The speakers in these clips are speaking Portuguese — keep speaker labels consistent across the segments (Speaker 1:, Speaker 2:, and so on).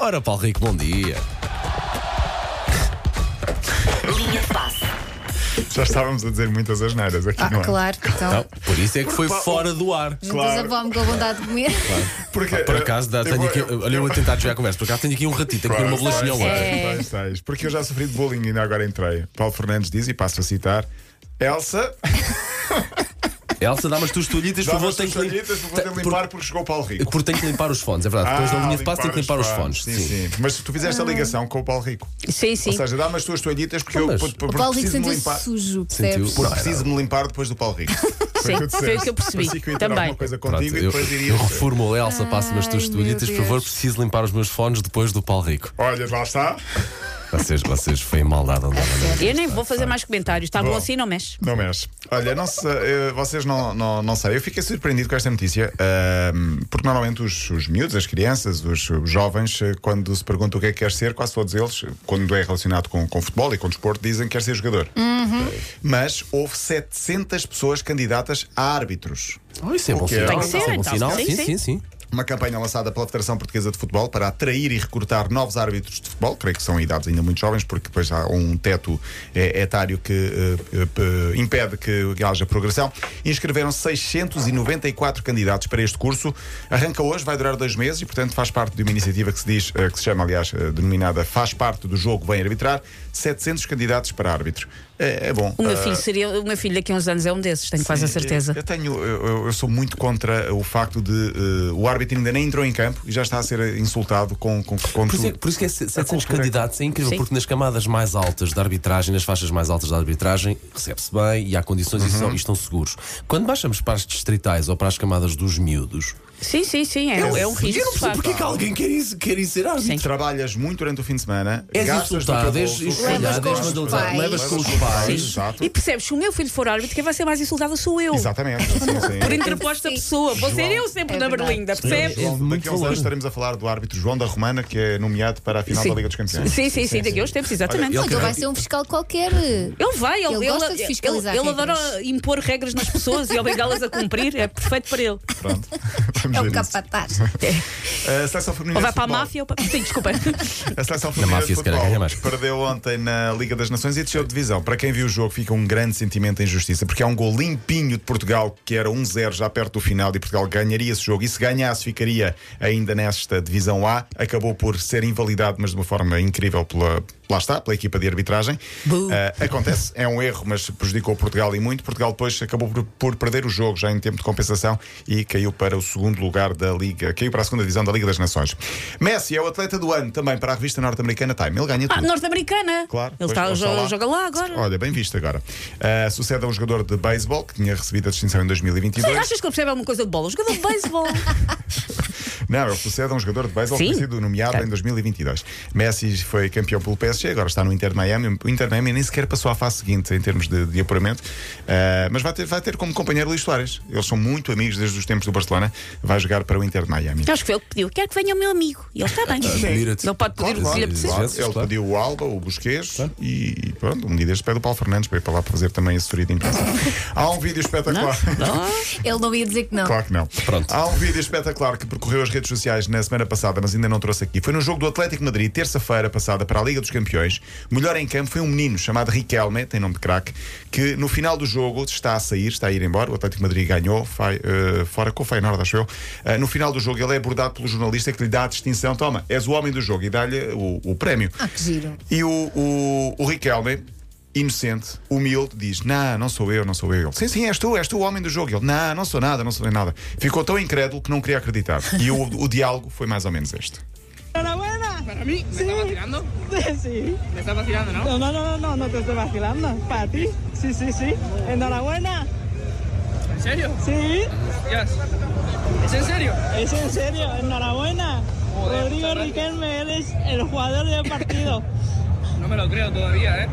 Speaker 1: Ora, Paulo Rico, bom dia.
Speaker 2: Linha de passe.
Speaker 3: Já estávamos a dizer muitas asneiras aqui,
Speaker 4: Ah,
Speaker 3: não é?
Speaker 4: claro,
Speaker 1: Não,
Speaker 4: então.
Speaker 1: por isso é que foi fora do ar.
Speaker 4: Juntas
Speaker 3: claro.
Speaker 4: a fome com a vontade de comer.
Speaker 3: Porque,
Speaker 1: Por
Speaker 3: eh,
Speaker 1: acaso, dá,
Speaker 3: eu
Speaker 1: tenho
Speaker 3: vou-
Speaker 1: aqui.
Speaker 3: eu-
Speaker 1: Olha, eu a tentar desviar a conversa. Por acaso, tenho aqui um ratito, tenho que comer uma bolachinha ao
Speaker 4: É.
Speaker 1: ar.
Speaker 3: Tais, tais. Porque eu já sofri de bullying e ainda agora entrei. Paulo Fernandes diz, e passo a citar, Elsa,
Speaker 1: Elsa, dá-me as tuas toalhitas, por
Speaker 3: dá
Speaker 1: favor,
Speaker 3: as
Speaker 1: tenho
Speaker 3: tuas
Speaker 1: que lim- Tá,
Speaker 3: olhitas para poder
Speaker 1: Te-
Speaker 3: limpar porque chegou o Paulo Rico. Ah,
Speaker 1: Por... Porque tenho que limpar os fones, é verdade. Depois da linha de passo tenho que limpar os fones.
Speaker 3: Sim, sim. Mas tu fizeste a ligação com o Paulo Rico.
Speaker 5: Sim, Ah. sim.
Speaker 3: Ou seja, dá-me as tuas toalhitas porque eu
Speaker 1: Então, Mas-
Speaker 3: porque
Speaker 4: O Paulo Rico
Speaker 3: preciso me
Speaker 4: sentiu-se
Speaker 3: limpar.
Speaker 1: Sentiu-
Speaker 4: sujo, percebes?
Speaker 1: Não,
Speaker 3: Porque preciso me limpar depois do Paulo Rico.
Speaker 5: Sim,
Speaker 3: tu disseste.
Speaker 5: foi o que eu percebi.
Speaker 3: Parecia que ia ter
Speaker 5: Também.
Speaker 3: alguma coisa
Speaker 1: Pronto,
Speaker 3: contigo e
Speaker 1: eu,
Speaker 3: depois diria.
Speaker 1: eu reformulo a Elsa, passa-me as tuas
Speaker 4: Ai,
Speaker 1: toalhitas,
Speaker 4: meu
Speaker 1: por favor,
Speaker 4: Deus.
Speaker 1: preciso limpar os meus fones depois do Paulo Rico.
Speaker 3: Olha, lá está.
Speaker 1: Vocês, vocês, foi maldade, não dá, não dá.
Speaker 5: Eu nem vou fazer mais comentários. Está bom,
Speaker 3: Bom.
Speaker 5: assim, não mexe.
Speaker 3: Não mexe. Olha, não se- eh, vocês não, não, não sei. Eu fiquei surpreendido com esta notícia, ahm, porque normalmente os, os miúdos, as crianças, os, os jovens, eh, quando se pergunta o que é que quer ser, quase todos eles, eh, quando é relacionado com, com futebol e com desporto, dizem que quer ser jogador. Mas houve 700 pessoas candidatas a árbitros.
Speaker 1: Oh, isso é
Speaker 3: O
Speaker 1: bom
Speaker 3: que é?
Speaker 1: sinal.
Speaker 3: Tem
Speaker 5: que
Speaker 1: isso
Speaker 5: ser,
Speaker 1: é bom
Speaker 5: então.
Speaker 1: sinal.
Speaker 5: Sim,
Speaker 1: Sim,
Speaker 5: sim.
Speaker 1: sim, sim.
Speaker 3: Uma campanha lançada pela Federação Portuguesa de Futebol para atrair e recrutar novos árbitros de futebol, creio que são idades ainda muito jovens, porque depois há um teto eh, etário que eh, eh, p- impede que haja progressão. Inscreveram 694 candidatos para este curso. Arranca hoje, vai durar dois meses e, portanto, faz parte de uma iniciativa que se diz, eh, que se chama, aliás, eh, denominada Faz Parte do Jogo Vem Arbitrar, 700 candidatos para árbitro. É, é bom.
Speaker 5: O meu
Speaker 3: Ah,
Speaker 5: filho seria, o meu filho daqui a uns anos é um desses, tenho quase a certeza.
Speaker 3: eu tenho, eu, eu- eu sou muito contra o facto de eh, o árbitro ainda nem entrou em campo e já está a ser insultado com com, com
Speaker 1: Por isso, é,
Speaker 3: tudo.
Speaker 1: por isso que é 700
Speaker 3: cultura-
Speaker 1: candidatos é incrível,
Speaker 5: Sim.
Speaker 1: porque nas camadas mais altas da arbitragem, nas faixas mais altas da arbitragem, recebe-se bem e há condições
Speaker 3: Uhum.
Speaker 1: e, são- e estão seguros. Quando baixamos para as distritais ou para as camadas dos miúdos,
Speaker 5: Sim, sim, sim. É, é um risco.
Speaker 1: eu não percebo
Speaker 5: de facto.
Speaker 1: porque é que alguém quer isso, quer isso ser árbitro.
Speaker 5: Sim.
Speaker 3: Trabalhas muito durante o fim de semana,
Speaker 1: És
Speaker 3: gastas do teu
Speaker 1: insultado, és espalhado,
Speaker 3: bolso,
Speaker 4: Levas com
Speaker 1: és
Speaker 4: os
Speaker 1: vandalizado,
Speaker 4: pais.
Speaker 1: levas com os
Speaker 3: Levas com os
Speaker 1: pais.
Speaker 3: pais. Exato.
Speaker 5: E percebes, se o meu filho for árbitro, quem vai ser mais insultado sou eu.
Speaker 3: Exatamente. Sim, sim.
Speaker 5: Por interposta pessoa. Vou ser eu sempre
Speaker 4: É
Speaker 5: na
Speaker 4: verdade.
Speaker 5: berlinda, percebes?
Speaker 1: É
Speaker 3: João,
Speaker 1: de muito
Speaker 3: daqui a uns
Speaker 1: valor.
Speaker 3: anos estaremos a falar do árbitro João da Romana, que é nomeado para a final
Speaker 5: Sim.
Speaker 3: da Liga dos Campeões.
Speaker 5: Sim, sim, sim, daqui a uns tempos, exatamente.
Speaker 4: Ou então vai ser um fiscal qualquer. eh,
Speaker 5: Ele vai, ele,
Speaker 4: Ele gosta de fiscalizar
Speaker 5: ele- ele
Speaker 4: regras.
Speaker 5: adora impor regras nas pessoas e obrigá-las a cumprir, é perfeito para ele.
Speaker 3: Pronto. Vamos
Speaker 4: É um
Speaker 3: ver isso.
Speaker 4: capataz.
Speaker 3: A seleção feminina
Speaker 5: Ou vai
Speaker 3: de
Speaker 5: para a
Speaker 3: É futebol.
Speaker 5: máfia ou para. Sim, desculpa.
Speaker 3: A seleção feminina
Speaker 1: máfia,
Speaker 3: de
Speaker 1: se calhar, ganha
Speaker 3: futebol
Speaker 1: mais.
Speaker 3: perdeu ontem na Liga das Nações e desceu de divisão. Para quem viu o jogo, fica um grande sentimento de injustiça, porque há um gol limpinho de Portugal que era 1-0 já perto do final e Portugal ganharia esse jogo. E se ganhasse, ficaria ainda nesta divisão A. Acabou por ser invalidado, mas de uma forma incrível pela. Lá está, pela equipa de arbitragem. Ah, acontece, é um erro, mas prejudicou Portugal e muito. Portugal depois acabou por, por perder o jogo já em tempo de compensação e caiu para o segundo lugar da Liga, caiu para a segunda divisão da Liga das Nações. Messi é o atleta do ano também para a revista norte-americana Time. Ele ganha
Speaker 5: Ah,
Speaker 3: tudo.
Speaker 5: norte-americana.
Speaker 3: Claro,
Speaker 5: Ele
Speaker 3: pois,
Speaker 5: está,
Speaker 3: ele está
Speaker 5: joga,
Speaker 3: lá.
Speaker 5: joga lá agora.
Speaker 3: Olha, bem visto agora. Ah, sucede a um jogador de beisebol que tinha recebido a distinção em
Speaker 5: Mas
Speaker 3: 2022.
Speaker 5: Achas que ele percebe alguma coisa de bola? O Jogador de beisebol.
Speaker 3: Não, ele sucede a um jogador de beisebol que
Speaker 5: Sim.
Speaker 3: tinha sido nomeado
Speaker 5: Tá.
Speaker 3: em 2022. Messi foi campeão pelo PSG, agora está no Inter de Miami. O Inter de Miami nem sequer passou à fase seguinte em termos de, de apuramento, Ah, mas vai ter, vai ter como companheiro Luís Soares. Eles são muito amigos desde os tempos do Barcelona. Vai jogar para o Inter de Miami.
Speaker 5: Acho que foi ele que pediu. Quero que venha o meu amigo. E ele está bem.
Speaker 1: Admira-te.
Speaker 5: Não pode pedir o que lhe apetecer.
Speaker 3: Claro,
Speaker 1: Exigências,
Speaker 3: ele
Speaker 1: claro.
Speaker 3: pediu o Alba, o Busquets e, e pronto, um dia deste pede o Paulo Fernandes para ir para lá fazer também a assessoria de imprensa. Há um vídeo
Speaker 5: é?
Speaker 3: espetacular.
Speaker 4: Ele não ia dizer que não.
Speaker 3: Claro que não.
Speaker 1: Pronto.
Speaker 3: Há um vídeo espetacular que percorreu as redes sociais na semana passada, mas ainda não trouxe aqui. Foi no jogo do Atlético de Madrid, terça-feira passada, para a Liga dos Campeões. Melhor em campo foi um menino chamado Riquelme, tem nome de craque, que no final do jogo está a sair, está a ir embora. O Atlético de Madrid ganhou, vai, eh, fora com o Feyenoord, acho eu. Eh, no final do jogo, ele é abordado pelo jornalista que lhe dá a distinção: toma, és o homem do jogo e dá-lhe o, o prémio.
Speaker 4: Ah, que giro.
Speaker 3: E o, o, o Riquelme, inocente, humilde, diz: Não, não sou eu, não sou eu. Ele, sim, sim, és tu, és tu o homem do jogo. Ele, não, não sou nada, não sou nada. Ficou tão incrédulo que não queria acreditar. E o, o diálogo foi mais ou menos este.
Speaker 6: Enhorabuena. Para mí. ¿Me estás vacilando? Sí. ¿Me estás vacilando, no? No, no, no, no, no te estoy vacilando. Para ti. Sí, sí, sí. Enhorabuena.
Speaker 7: ¿En serio?
Speaker 6: Sí,
Speaker 7: Yes. ¿Es en serio?
Speaker 6: es en serio. Enhorabuena.
Speaker 7: Joder,
Speaker 6: Rodrigo
Speaker 7: muchas gracias.
Speaker 6: Riquelme, eres el jugador del partido.
Speaker 7: No me lo creo todavía, ¿eh?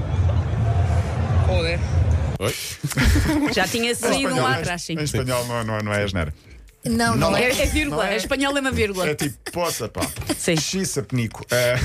Speaker 7: Joder.
Speaker 5: Já tinha saído um
Speaker 3: Espanhol,
Speaker 5: ar, acho. um
Speaker 3: em espanhol não, não, não é asneira.
Speaker 4: Não, não,
Speaker 3: Não
Speaker 4: é.
Speaker 5: É, é vírgula, é espanhol é uma vírgula.
Speaker 3: É tipo, poça, pá.
Speaker 5: Sim.
Speaker 3: Xissa, penico. Eh,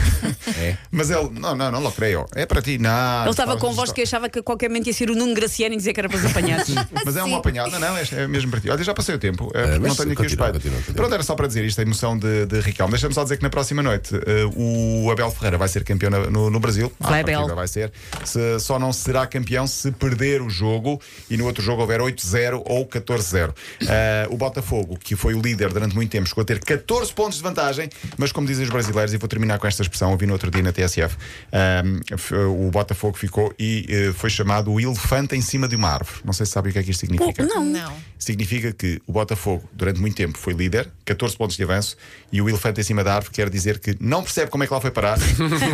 Speaker 1: É.
Speaker 3: Mas ele, não, não, não lo creio. É para ti, não.
Speaker 5: Ele estava convosco e achava que a qualquer momento ia ser o Nuno Graciano e dizer que era para os apanhados.
Speaker 3: Mas é um
Speaker 5: Assim.
Speaker 4: Sim.
Speaker 3: apanhado, não, não, é- é mesmo para ti. Olha, já passei o tempo, eh, porque
Speaker 1: Ah, mas
Speaker 3: não tenho aqui
Speaker 1: continua,
Speaker 3: o espelho.
Speaker 1: continua, continua.
Speaker 3: Pronto, era só para dizer isto, a emoção de, de Riquelme. Deixa-me só dizer que na próxima noite eh, o Abel Ferreira vai ser campeão na- no, no Brasil. À
Speaker 5: Vai,
Speaker 3: partida
Speaker 5: Abel.
Speaker 3: Vai ser. Se- só não será campeão se perder o jogo e no outro jogo houver 8-0 ou 14-0. Eh, o Botafogo, que foi o líder durante muito tempo, chegou a ter 14 pontos de vantagem, mas como dizem os brasileiros, e vou terminar com esta expressão, ouvi no outro dia na TSF, ehm, f- o Botafogo ficou e eh, foi chamado o elefante em cima de uma árvore. Não sei se sabe o que é que isto significa.
Speaker 5: não.
Speaker 4: Não.
Speaker 3: Significa que o Botafogo, durante muito tempo, foi líder, 14 pontos de avanço, e o elefante em cima da árvore quer dizer que não percebe como é que lá foi parar,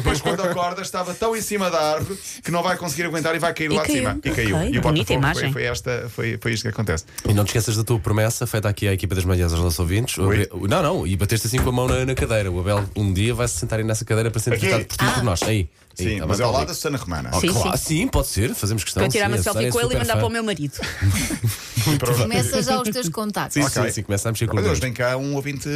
Speaker 3: pois quando acorda estava tão em cima da árvore que não vai conseguir aguentar e vai cair
Speaker 5: E
Speaker 3: lá
Speaker 5: caiu.
Speaker 3: de cima. E caiu.
Speaker 5: Ok.
Speaker 3: E o
Speaker 5: Bonita
Speaker 3: Botafogo foi,
Speaker 5: imagem.
Speaker 3: foi, esta, foi, foi isto que acontece.
Speaker 1: E não te esqueças da tua promessa feita aqui à equipa das manhãs aos nossos ouvintes.
Speaker 3: Oi.
Speaker 1: Não, não, e bateste assim com a mão na, na cadeira. O Abel um dia vai se sentar aí nessa cadeira para ser
Speaker 3: Aqui?
Speaker 1: entrevistado por ti e por nós. Aí. aí,
Speaker 3: Sim,
Speaker 1: tá
Speaker 3: mas é
Speaker 1: bem,
Speaker 3: ao
Speaker 1: tá
Speaker 3: lado
Speaker 1: bem.
Speaker 3: da Susana Romana.
Speaker 1: Oh,
Speaker 5: Ah. Sim,
Speaker 1: claro, sim, pode ser, fazemos questão.
Speaker 5: Para eu tirar
Speaker 1: sim,
Speaker 5: uma
Speaker 1: a Susana
Speaker 5: selfie
Speaker 1: é
Speaker 5: com ele e
Speaker 1: super
Speaker 5: mandar
Speaker 1: fã.
Speaker 5: para o meu marido.
Speaker 4: Começa já os teus contatos.
Speaker 1: Sim,
Speaker 3: Ok.
Speaker 1: sim, sim, começa a mexer com o
Speaker 3: Olha, hoje
Speaker 1: dedo.
Speaker 3: vem cá um ouvinte,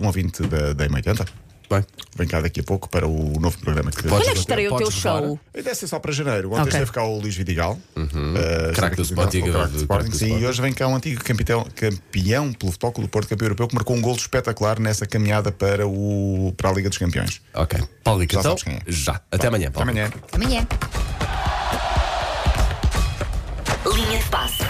Speaker 3: um ouvinte da, da M80.
Speaker 1: Bem,
Speaker 3: Vem cá daqui a pouco para o novo programa que
Speaker 1: Podes
Speaker 5: Quando é que estreia o teu
Speaker 1: Podes levar.
Speaker 5: show?
Speaker 3: E Deve ser só para janeiro. Ontem
Speaker 5: Ok.
Speaker 3: esteve cá o Luís Vidigal, eh,
Speaker 1: Uhum. Craque do
Speaker 3: esteve aqui-
Speaker 1: Sporting,
Speaker 3: o craque do
Speaker 1: do-
Speaker 3: Sporting,
Speaker 1: do
Speaker 3: Sim, e
Speaker 1: Sporting.
Speaker 3: hoje vem cá um antigo campeão, campeão pelo Futebol Clube do Porto, campeão europeu, que marcou um gol espetacular nessa caminhada para, o, para a Liga dos Campeões.
Speaker 1: ok. Paulo Rico,
Speaker 3: Já
Speaker 1: então,
Speaker 3: sabes quem é.
Speaker 1: já. Até amanhã,
Speaker 3: Até
Speaker 1: Paulo.
Speaker 3: amanhã.
Speaker 4: Amanhã.
Speaker 2: Linha de passe.